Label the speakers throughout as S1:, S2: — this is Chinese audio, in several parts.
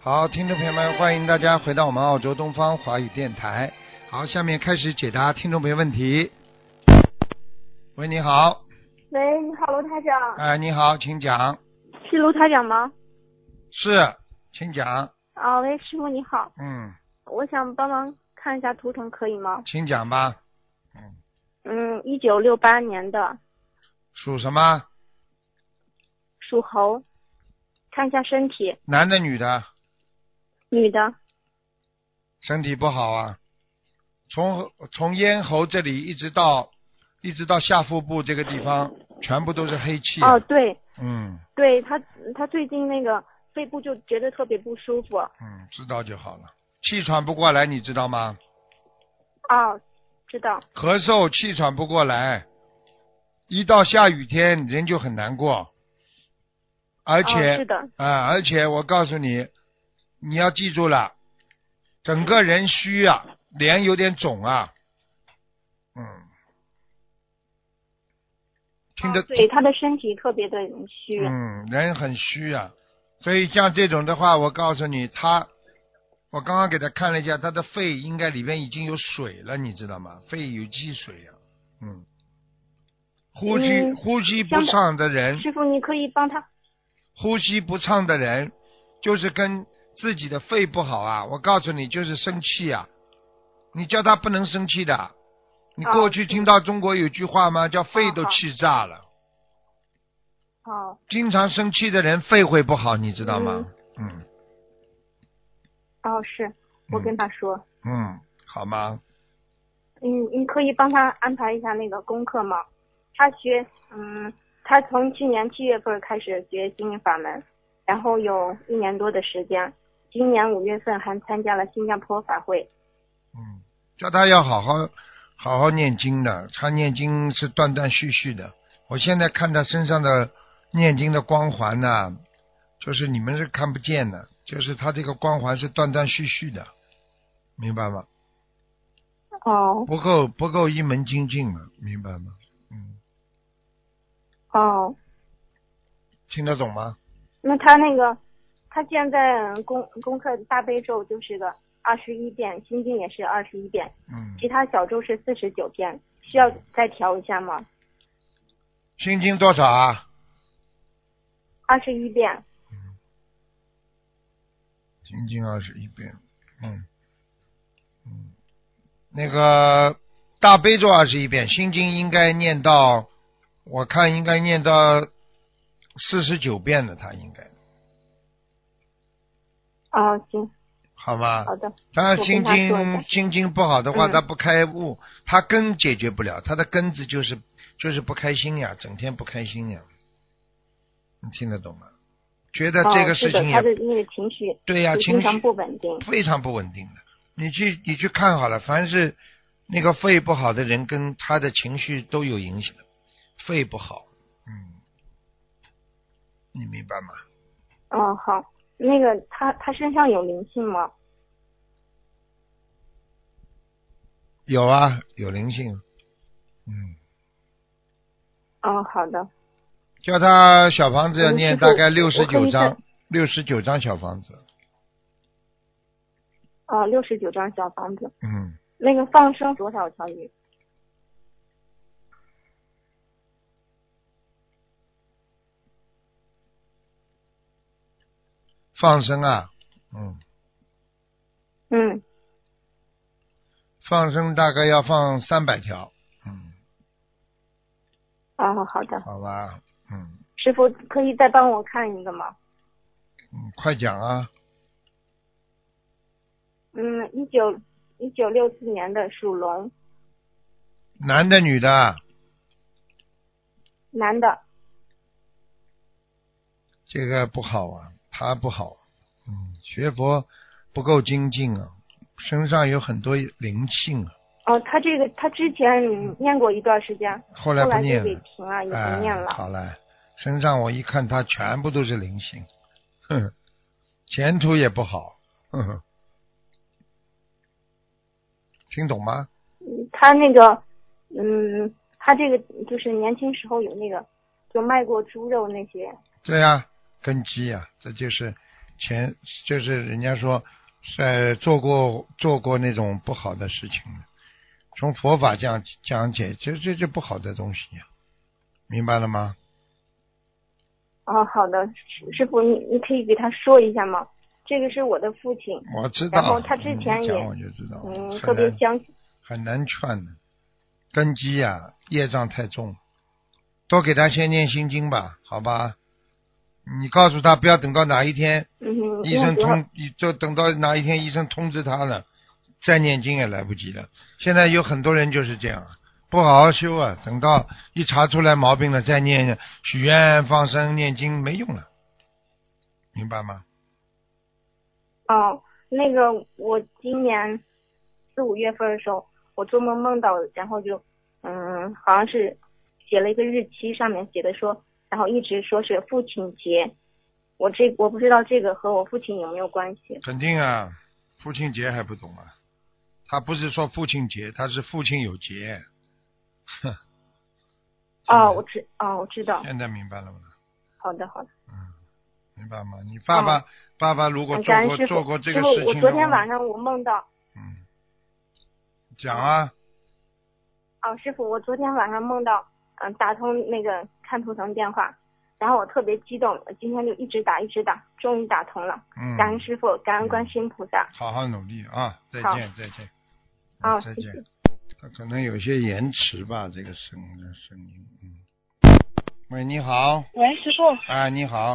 S1: 好，听众朋友们，欢迎大家回到我们澳洲东方华语电台。好，下面开始解答听众朋友问题。喂，你好，
S2: 喂，你好，罗台长，
S1: 哎，你好，请讲。
S2: 是卢台长吗？
S1: 是，请讲。
S2: 啊，喂，师傅你好，
S1: 嗯，
S2: 我想帮忙看一下图腾，可以吗？
S1: 请讲吧。
S2: 嗯，一九六八年的，
S1: 属什么？
S2: 属猴，看一下身体，
S1: 男的女的？
S2: 女的，
S1: 身体不好啊，从从咽喉这里一直到一直到下腹部这个地方，全部都是黑气。啊
S2: 哦，对，
S1: 嗯
S2: 对她，她最近那个肺部就觉得特别不舒服，
S1: 嗯，知道就好了。气喘不过来，你知道吗？
S2: 啊，知道，
S1: 咳嗽，气喘不过来，一到下雨天人就很难过，而
S2: 哦、
S1: 且
S2: 是的，
S1: 啊、而且我告诉你，你要记住了，整个人虚啊，脸有点肿啊，嗯，听得、
S2: 啊对她的身体特别的虚，
S1: 嗯，人很虚啊，所以像这种的话，我告诉你，他，我刚刚给他看了一下，他的肺应该里边已经有水了，你知道吗？肺有积水呀、嗯，呼吸、
S2: 嗯
S1: 呼吸不
S2: 像
S1: 畅的人，
S2: 师傅你可以帮她，
S1: 呼吸不畅的人，就是跟自己的肺不好啊。我告诉你，就是生气啊。你叫他不能生气的。你
S2: 哦
S1: 过去
S2: 是
S1: 听到中国有句话吗？叫肺都
S2: 好
S1: 气炸了。
S2: 哦，
S1: 经常生气的人肺会不好，你知道吗？嗯
S2: 哦是，我跟她说，
S1: 嗯，好吗？
S2: 嗯，你可以帮他安排一下那个功课吗？他学，嗯，他从去年七月份开始学心灵法门，然后有一年多的时间。今年五月份还参加了新加坡法会。
S1: 嗯，叫他要好好好好念经的，他念经是断断续续的。我现在看他身上的念经的光环呐，就是你们是看不见的，就是他这个光环是断断续续的，明白吗？
S2: 哦
S1: 不够不够一门精进嘛，明白吗？嗯，
S2: 哦，
S1: 听得懂吗？
S2: 那他那个，他现在功功课大悲咒就是个二十一遍，心经也是二十一遍，
S1: 嗯，
S2: 其他小咒是四十九遍，需要再调一下吗？
S1: 心经多少啊？
S2: 二十一遍。
S1: 心经二十一遍，嗯嗯，那个大悲咒二十一遍，心经应该念到，我看应该念到四十九遍的，他应该
S2: 哦，行，
S1: 好吗？
S2: 好的。
S1: 他
S2: 我
S1: 心
S2: 跟他说一
S1: 经
S2: 下
S1: 心经不好的话，
S2: 嗯
S1: 他不开悟，他根解决不了，他的根子就是就是不开心呀，整天不开心呀，你听得懂吗？觉得这个
S2: 哦
S1: 事
S2: 是的
S1: 情也、
S2: 他的那个情绪
S1: 对呀、
S2: 就
S1: 情
S2: 经常
S1: 绪
S2: 不稳定。
S1: 非常不稳定的。你去你去看好了，凡是那个肺不好的人，跟他的情绪都有影响。肺不好，嗯，你明白吗？
S2: 嗯，好，那个他他身上有灵性吗？
S1: 有啊，有灵性，嗯，
S2: 嗯，好的。
S1: 叫他小房子要
S2: 嗯
S1: 念
S2: 师傅
S1: 大概六
S2: 我
S1: 十
S2: 可
S1: 九
S2: 以
S1: 章，六十九章小房子，
S2: 哦，六十九张小房子，
S1: 嗯，
S2: 那个放生多少条鱼？
S1: 放生啊，嗯，
S2: 嗯，
S1: 放生大概要放三百条，嗯，
S2: 哦，好的。
S1: 好吧，嗯
S2: 师傅可以再帮我看一个吗？
S1: 嗯，快讲啊，
S2: 嗯，一九一九六四年的属龙，
S1: 男的女的啊？
S2: 男的。
S1: 这个不好啊，他不好，嗯，学佛不够精进啊，身上有很多灵性啊，
S2: 哦，他这个他之前念过一段时间，
S1: 后
S2: 后
S1: 来不
S2: 来就
S1: 念
S2: 给
S1: 了，
S2: 停了，也
S1: 哎
S2: 不念了。
S1: 好了，身上我一看，他全部都是灵性， 哼，前途也不好， 哼哼，听懂吗？
S2: 嗯，他那个，嗯，他这个就是年轻时候有那个，就卖过猪肉那些。
S1: 啊对呀、根基呀、这就是前就是人家说，在做过做过那种不好的事情的，从佛法讲讲解，这这这不好的东西呀、啊明白了吗？
S2: 哦，好的，师师傅，你你可以给他说一下吗？这个是我的父亲，
S1: 我知
S2: 然
S1: 道
S2: 后，他之
S1: 你
S2: 前也
S1: 讲我就知道，
S2: 嗯，
S1: 很
S2: 特别
S1: 难
S2: 相信，
S1: 很难劝的，根基呀、业障太重，多给他先念心经吧，好吧？你告诉他不要等到哪一天
S2: 嗯哼，
S1: 医
S2: 因为
S1: 生
S2: 主要
S1: 通，你就等到哪一天医生通知他了，再念经也来不及了。现在有很多人就是这样，不好好修啊，等到一查出来毛病了，再念许愿、放生、念经没用了，明白吗？
S2: 哦，那个我今年四五月份的时候，我做梦梦到，然后就嗯，好像是写了一个日期，上面写的说，然后一直说是父亲节。我这我不知道这个和我父亲有没有关系。
S1: 肯定啊，父亲节还不懂啊？他不是说父亲节，他是父亲有节。哼
S2: 哦，我知哦，我知道。
S1: 现在明白了吗？
S2: 好的，好的。
S1: 明白吗？你爸爸、爸爸如果
S2: 嗯
S1: 做
S2: 感
S1: 过
S2: 恩师
S1: 做
S2: 傅。
S1: 过这
S2: 师
S1: 个事
S2: 傅，
S1: 情的话，
S2: 我昨天晚上我梦到，
S1: 嗯，讲啊，
S2: 哦，师傅，我昨天晚上梦到，嗯、打通那个看图腾电话，然后我特别激动，今天就一直打，一直打，终于打通了。
S1: 嗯，
S2: 感恩师傅，感恩观世音菩萨。
S1: 好好努力啊！再
S2: 好
S1: 见，再见，嗯
S2: 好
S1: 再
S2: 谢
S1: 见。他可能有些延迟吧，这个声声音，嗯。喂，你好，
S3: 喂，师傅，
S1: 啊，你好，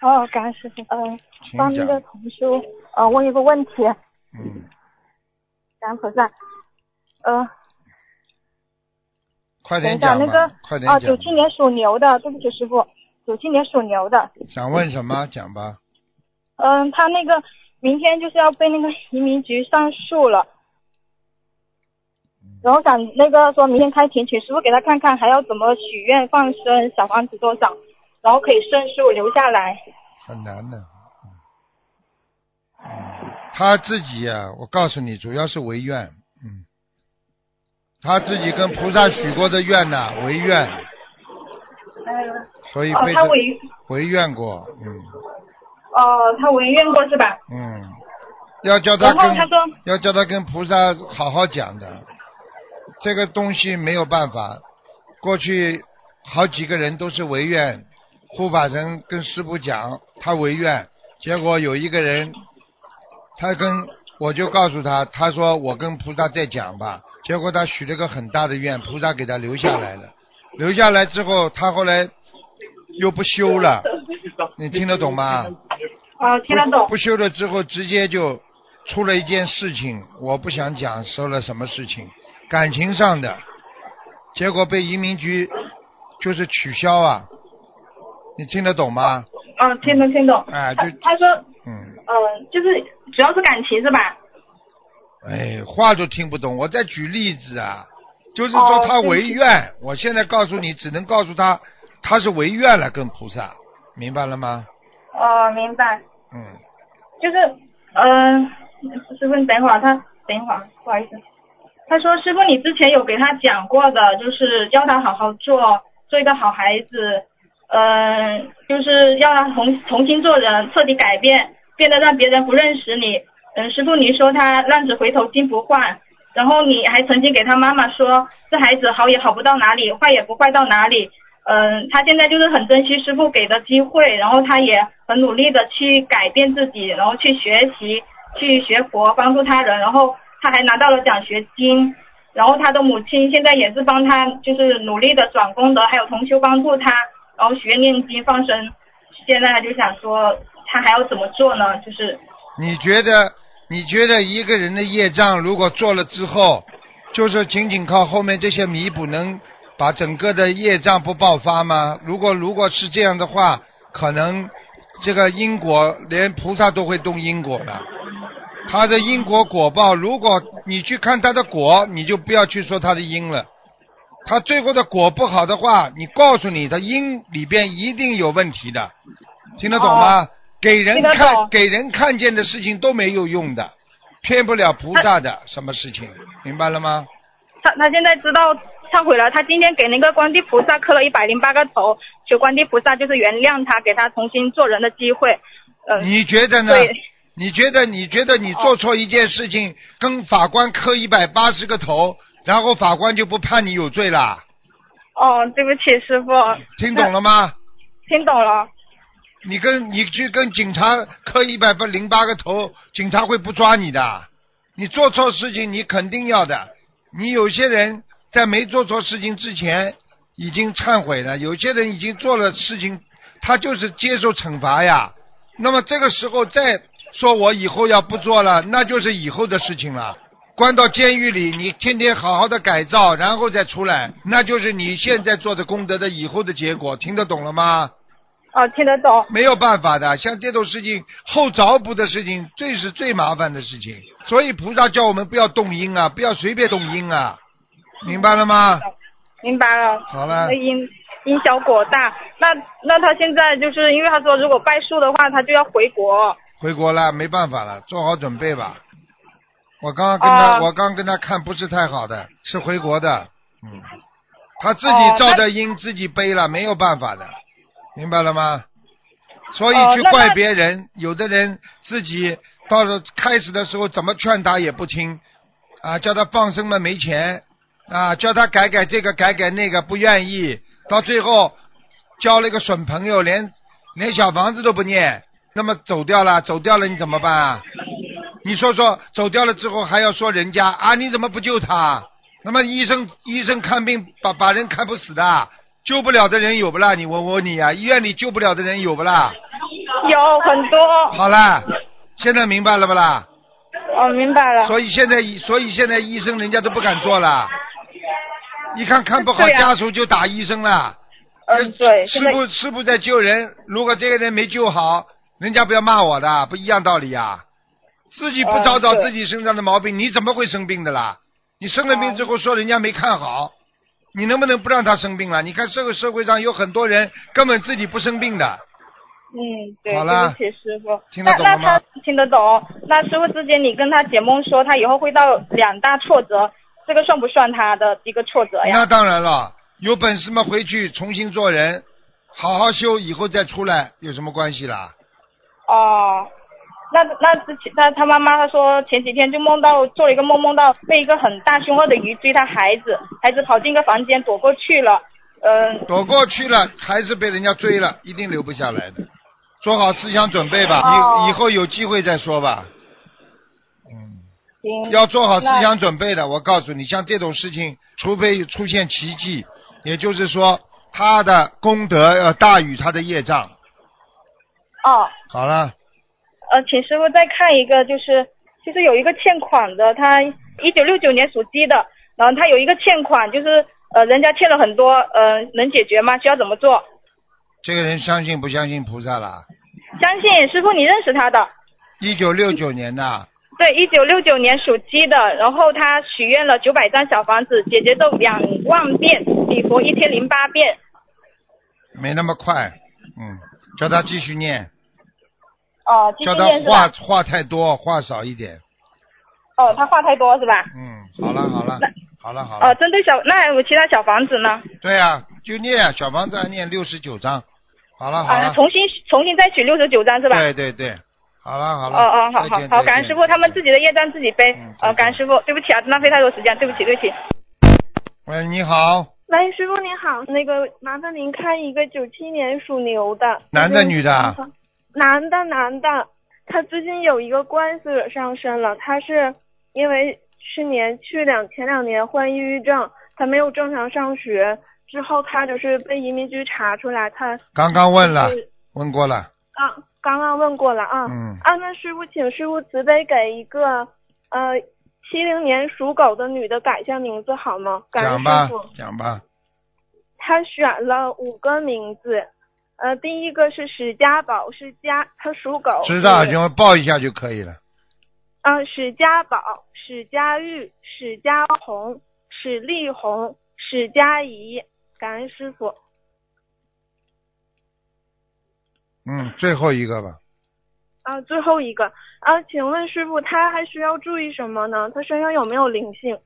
S3: 哦，感恩师傅，嗯、
S1: 请
S3: 帮那
S1: 讲，
S3: 个同修，呃，问一个问题，
S1: 嗯，
S3: 感恩菩萨，呃，
S1: 快
S3: 等
S1: 点
S3: 一下，
S1: 讲吧，
S3: 那个
S1: 快点
S3: 啊，
S1: 讲
S3: 九
S1: 吧，
S3: 七年属牛的，对不起，师傅，九七年属牛的，
S1: 想问什么讲吧，
S3: 嗯、他那个明天就是要被那个移民局上诉了，
S1: 嗯
S3: 然后想那个说明天开庭，请师傅给他看看还要怎么许愿放生，小房子多少，然后可以胜诉留下来，
S1: 很难的。嗯嗯他自己呀、我告诉你，主要是违愿，嗯，他自己跟菩萨许过的愿呐、违愿，所以
S3: 哦、
S1: 被
S3: 他违，
S1: 违愿过，嗯
S3: 哦、他违愿过是吧？
S1: 嗯，要叫他
S3: 然后
S1: 跟
S3: 他说。
S1: 要叫他跟菩萨好好讲的，这个东西没有办法。过去好几个人都是违愿，护法神跟师傅讲他违愿，结果有一个人，他跟我就告诉他，他说我跟菩萨再讲吧，结果他许了个很大的愿，菩萨给他留下来了，留下来之后，他后来又不修了，你听得懂吗？
S3: 啊，听得懂
S1: 不。不修了之后，直接就出了一件事情，我不想讲说了什么事情，感情上的，结果被移民局就是取消啊，你听得懂吗？
S3: 嗯，听懂听懂。
S1: 哎，就
S3: 他他说，
S1: 嗯，
S3: 嗯、就是主要是感情是吧？
S1: 哎，话都听不懂。我在举例子啊，就是说
S3: 哦
S1: 他
S3: 对不
S1: 违愿，我现在告诉你，只能告诉他他是违愿了，跟菩萨，明白了吗？
S3: 哦，明白。
S1: 嗯，
S3: 就是，嗯、师傅你等一会儿，啊他等一会儿，不好意思。他说师傅你之前有给他讲过的，就是要他好好做，做一个好孩子，嗯、就是要他重重新做人，彻底改变，变得让别人不认识你。嗯，师傅你说他浪子回头金不换，然后你还曾经给他妈妈说，这孩子好也好不到哪里，坏也不坏到哪里。嗯，他现在就是很珍惜师傅给的机会，然后他也很努力的去改变自己，然后去学习，去学佛，帮助他人，然后他还拿到了奖学金，然后他的母亲现在也是帮他，就是努力的转功德，还有同修帮助他，然后学念经放生，现在他就想说他还要怎么做呢？就是
S1: 你觉得你觉得一个人的业障如果做了之后，就是仅仅靠后面这些弥补能把整个的业障不爆发吗？如果如果是这样的话，可能这个因果连菩萨都会动因果了。他的因果果报，如果你去看他的果，你就不要去说他的因了。他最后的果不好的话，你告诉你，他因里边一定有问题的，听得懂吗？给人
S3: 听得
S1: 看
S3: 懂
S1: 给人看见的事情都没有用的，骗不了菩萨
S3: 啊
S1: 的什么事情，明白了吗？
S3: 他他现在知道忏悔了，他今天给那个观地菩萨磕了一百零八个头，求观地菩萨就是原谅他，给他重新做人的机会。呃，
S1: 你觉得呢？
S3: 对，哦
S1: 你觉得你觉得你做错一件事情，跟法官磕一百八十个头，然后法官就不判你有罪啦？
S3: 哦，对不起，师傅，
S1: 听懂了吗？
S3: 听懂了。
S1: 你跟你去跟警察磕一百零八个头，警察会不抓你的。你做错事情，你肯定要的。你有些人在没做错事情之前已经忏悔了，有些人已经做了事情，他就是接受惩罚呀。那么这个时候再说我以后要不做了，那就是以后的事情了。关到监狱里，你天天好好的改造，然后再出来，那就是你现在做的功德的以后的结果。听得懂了吗？
S3: 哦，听得懂。
S1: 没有办法的，像这种事情后找补的事情，最是最麻烦的事情。所以菩萨叫我们不要动因啊，不要随便动因啊，明白了吗？
S3: 明白了。
S1: 好了
S3: 那因因小果大，那那他现在就是因为他说如果败诉的话，他就要回国。
S1: 回国了，没办法了，做好准备吧。我刚刚跟他，
S3: 哦
S1: 我刚跟他看不是太好的，是回国的，嗯，他自
S3: 哦
S1: 己造
S3: 那
S1: 的因、自己背了，没有办法的，明白了吗？所以
S3: 哦
S1: 去
S3: 那
S1: 怪
S3: 他
S1: 别人，有的人自己到了开始的时候怎么劝他也不听，啊，叫他放生嘛没钱，啊，叫他改改这个改改那个不愿意，到最后交了一个损朋友，连连小房子都不念，那么走掉了，走掉了你怎么办啊？你说说，走掉了之后还要说人家啊，你怎么不救他？那么医生医生看病把把人看不死的，救不了的人有不啦？你我我问你啊，医院里救不了的人有不啦？
S3: 有很多。
S1: 好啦，现在明白了不啦？
S3: 哦，明白了。
S1: 所以现在所以现在医生人家都不敢做了，一看看不好，
S3: 对啊
S1: 家属就打医生了。
S3: 嗯，对，
S1: 师
S3: 现在
S1: 傅师傅在救人，如果这个人没救好，人家不要骂我的，不一样道理呀、啊自己不找找
S3: 嗯对
S1: 自己身上的毛病，你怎么会生病的啦？你生了
S3: 嗯
S1: 病之后说人家没看好，你能不能不让他生病了？你看这个社会上有很多人根本自己不生病的，
S3: 嗯，对，
S1: 好了
S3: 对不起，师傅。
S1: 听得懂
S3: 那
S1: 了
S3: 那他
S1: 吗
S3: 听得懂。那师傅之前你跟他解梦说他以后会到两大挫折，这个算不算他的一个挫折呀？
S1: 那当然了，有本事嘛回去重新做人，好好修，以后再出来有什么关系啦？
S3: 哦。那那之前他他妈妈他说前几天就梦到做了一个梦，梦到被一个很大凶恶的鱼追他孩子，孩子跑进一个房间躲过去了。嗯、
S1: 躲过去了，还是被人家追了，一定留不下来的。做好思想准备吧，
S3: 哦
S1: 以以后有机会再说吧。
S3: 行。
S1: 要做好思想准备的，我告诉你，像这种事情，除非出现奇迹，也就是说，他的功德要大于他的业障。
S3: 哦，
S1: 好了，
S3: 呃，请师傅再看一个，就是就是有一个欠款的，他一九六九年属鸡的，然后他有一个欠款，就是呃人家欠了很多，呃能解决吗？需要怎么做？
S1: 这个人相信不相信菩萨啦？
S3: 相信师傅你认识他的，
S1: 一九六九年呐、
S3: 对，一九六九年属鸡的，然后他许愿了九百张小房子，姐姐咒两万遍，礼佛一千零八遍，
S1: 没那么快。嗯，叫他继续念，
S3: 哦、继续
S1: 叫他
S3: 念是
S1: 话
S3: 吧？
S1: 话太多，话少一点。
S3: 哦，他话太多是吧？
S1: 嗯，好了好了，好了好
S3: 哦、
S1: 了。
S3: 针对小那还有其他小房子呢？
S1: 对呀、就念啊小房子要念六十九章。好了好了，
S3: 啊，重新重新再取六十九张是吧？
S1: 对对对，好了好了。
S3: 哦哦，好
S1: 再
S3: 好
S1: 见
S3: 好，感恩师傅，他们自。己的业障自己背
S1: 嗯。
S3: 哦，感恩师傅，对不起啊，浪费太多时间，对不起，对不起。
S1: 再见喂，你好，
S4: 喂，师傅您好，那个麻烦您看一个九七年属牛的，
S1: 男
S3: 嗯
S1: 的女的啊？
S4: 男的男的，他最近有一个官司惹上身了，他是因为去年去两前两年患抑郁症，他没有正常上学，之后他就是被移民局查出来，他
S1: 刚刚问
S3: 嗯
S1: 了
S4: 是，
S1: 问过了。
S4: 刚刚刚问过了啊，
S1: 嗯
S4: 啊，那师傅请师傅慈悲给一个呃七零年属狗的女的改一下名字好吗？感恩
S1: 讲吧
S4: 师傅。
S1: 讲吧，
S4: 他选了五个名字，呃，第一个是史家宝，是家，他属狗。
S1: 知道
S4: 就
S1: 就报一下就可以了。
S4: 嗯、史家宝、史家玉、史家红、史丽红、史家怡，感恩师傅。
S1: 嗯，最后一个吧，
S4: 啊、最后一个啊、请问师傅他还需要注意什么呢？他身上有没有灵性？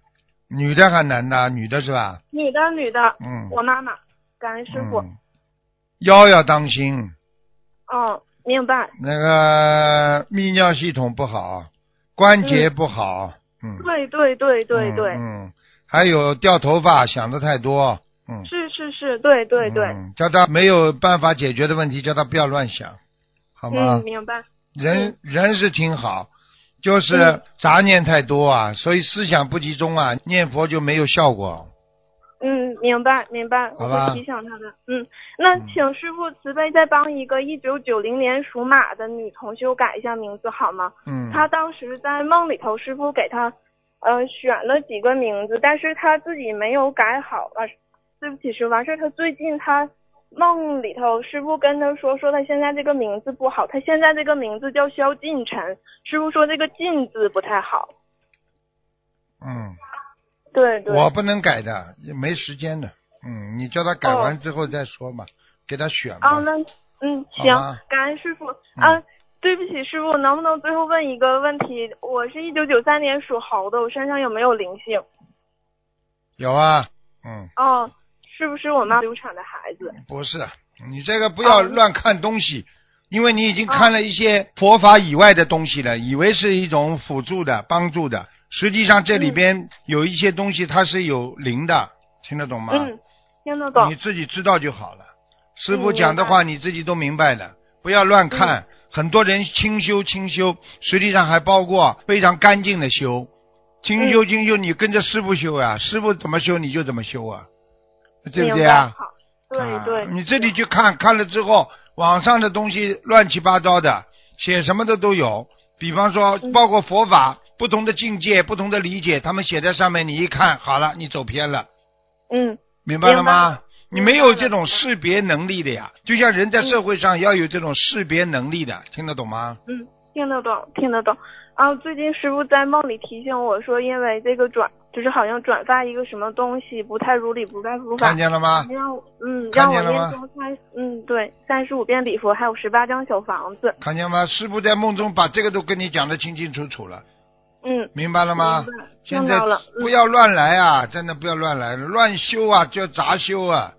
S1: 女的还男的啊？女的是吧？
S4: 女的，女的，
S1: 嗯。
S4: 我妈妈，感恩师傅。
S1: 嗯腰要当心，
S4: 嗯，
S3: 哦明白。
S1: 那个泌尿系统不好，关节不好，嗯，
S3: 对对对对
S1: 嗯
S3: 对，
S1: 嗯，还有掉头发，想的太多，嗯，
S3: 是是是，对对对，
S1: 嗯，叫他没有办法解决的问题，叫他不要乱想，好吗？
S3: 嗯，明白，
S1: 人人是挺好，就是
S3: 嗯
S1: 杂念太多啊，所以思想不集中啊，念佛就没有效果。
S3: 嗯，明白明白，
S1: 好
S3: 我
S1: 吧
S3: 会提醒他的。嗯，那请师傅慈悲再帮一个一九九零年属马的女同修改一下名字好吗？
S1: 嗯，
S3: 她当时在梦里头，师傅给她呃选了几个名字，但是她自己没有改好啊。对不起，师傅，完事儿她最近她梦里头，师傅跟她说说她现在这个名字不好，她现在这个名字叫萧进晨，师傅说这个进字不太好。
S1: 嗯，
S3: 对对，
S1: 我不能改的，也没时间的。嗯，你叫他改完之后再说吧，给他选吧。
S3: 啊，哦那嗯
S1: 好
S3: 行
S1: 吧，嗯
S3: 感恩师傅啊。对不起，师傅，能不能最后问一个问题？我是一九九三年属猴的，我身上有没有灵性？
S1: 有啊，嗯，
S3: 哦，是不是我妈流产的孩子？
S1: 不是，你这个不要
S3: 哦
S1: 乱看东西，因为你已经看了一些佛法以外的东西了，以为是一种辅助的、帮助的，实际上这里
S3: 嗯
S1: 边有一些东西它是有灵的，听得懂吗？
S3: 嗯，听得懂
S1: 你。自己知道就好了。师傅讲的话你自己都明白的，不要乱看。
S3: 嗯
S1: 很多人清修清修，实际上还包括非常干净的修。清
S3: 嗯
S1: 修清修，你跟着师傅修啊，师傅怎么修你就怎么修啊，对不对
S3: 明白
S1: 啊？
S3: 好，对
S1: 啊
S3: 对。
S1: 你自己去看看了之后，网上的东西乱七八糟的，写什么的都有。比方说，
S3: 嗯
S1: 包括佛法、不同的境界、不同的理解，他们写在上面，你一看好了，你走偏了。
S3: 嗯
S1: 明白了
S3: 明
S1: 吗
S3: 白？
S1: 你没有这
S3: 嗯
S1: 种识别能力的呀，就像人在社会上要有这种识别能力的，听得懂吗？
S3: 嗯，听得懂，听得懂。啊，最近师傅在梦里提醒我说，因为这个转，就是好像转发一个什么东西不太如理，不太如法
S1: 看。见了吗？
S3: 让我嗯，
S1: 看
S3: 让
S1: 见
S3: 我
S1: 了吗
S3: 念诵三嗯对三十五遍礼佛，还有十八张小房子。
S1: 看见吗？师傅在梦中把这个都跟你讲的清清楚楚了，
S3: 嗯，
S1: 明白了吗
S3: 明白？
S1: 现
S3: 听
S1: 在
S3: 到了嗯
S1: 不要乱来啊！真的不要乱来，乱修啊，叫杂修啊，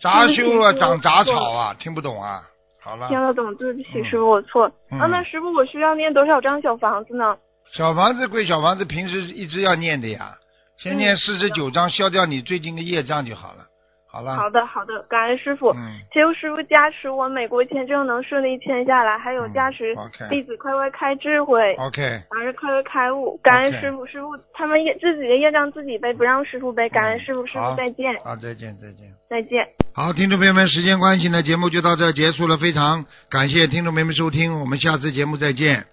S1: 杂修啊，
S3: 嗯
S1: 长杂草啊，听不懂啊？好了，
S3: 听得懂，对不起
S1: 嗯，
S3: 师傅，我错了。
S1: 嗯
S3: 啊，那师傅，我需要念多少张小房子呢？
S1: 小房子归小房子，平时一直要念的呀，先
S3: 嗯
S1: 念四十九章，消掉你最近的业障就好了。好了，
S3: 好的，好的，感恩师傅。
S1: 啊嗯，
S3: 求师傅加持我美国签证能顺利签下来，还有
S1: 嗯
S3: 加持
S1: OK
S3: 弟子快快开智慧，
S1: OK。
S3: 早日快快开悟。感恩
S1: OK
S3: 师傅，师傅他们业自己的业障自己背，不让师傅背。感恩师傅，师
S1: 嗯好
S3: 傅再见，
S1: 好，啊再见，再见。
S3: 再见。
S1: 好，听众朋友们，时间关系呢，节目就到这儿结束了。非常感谢听众朋友们收听，我们下次节目再见。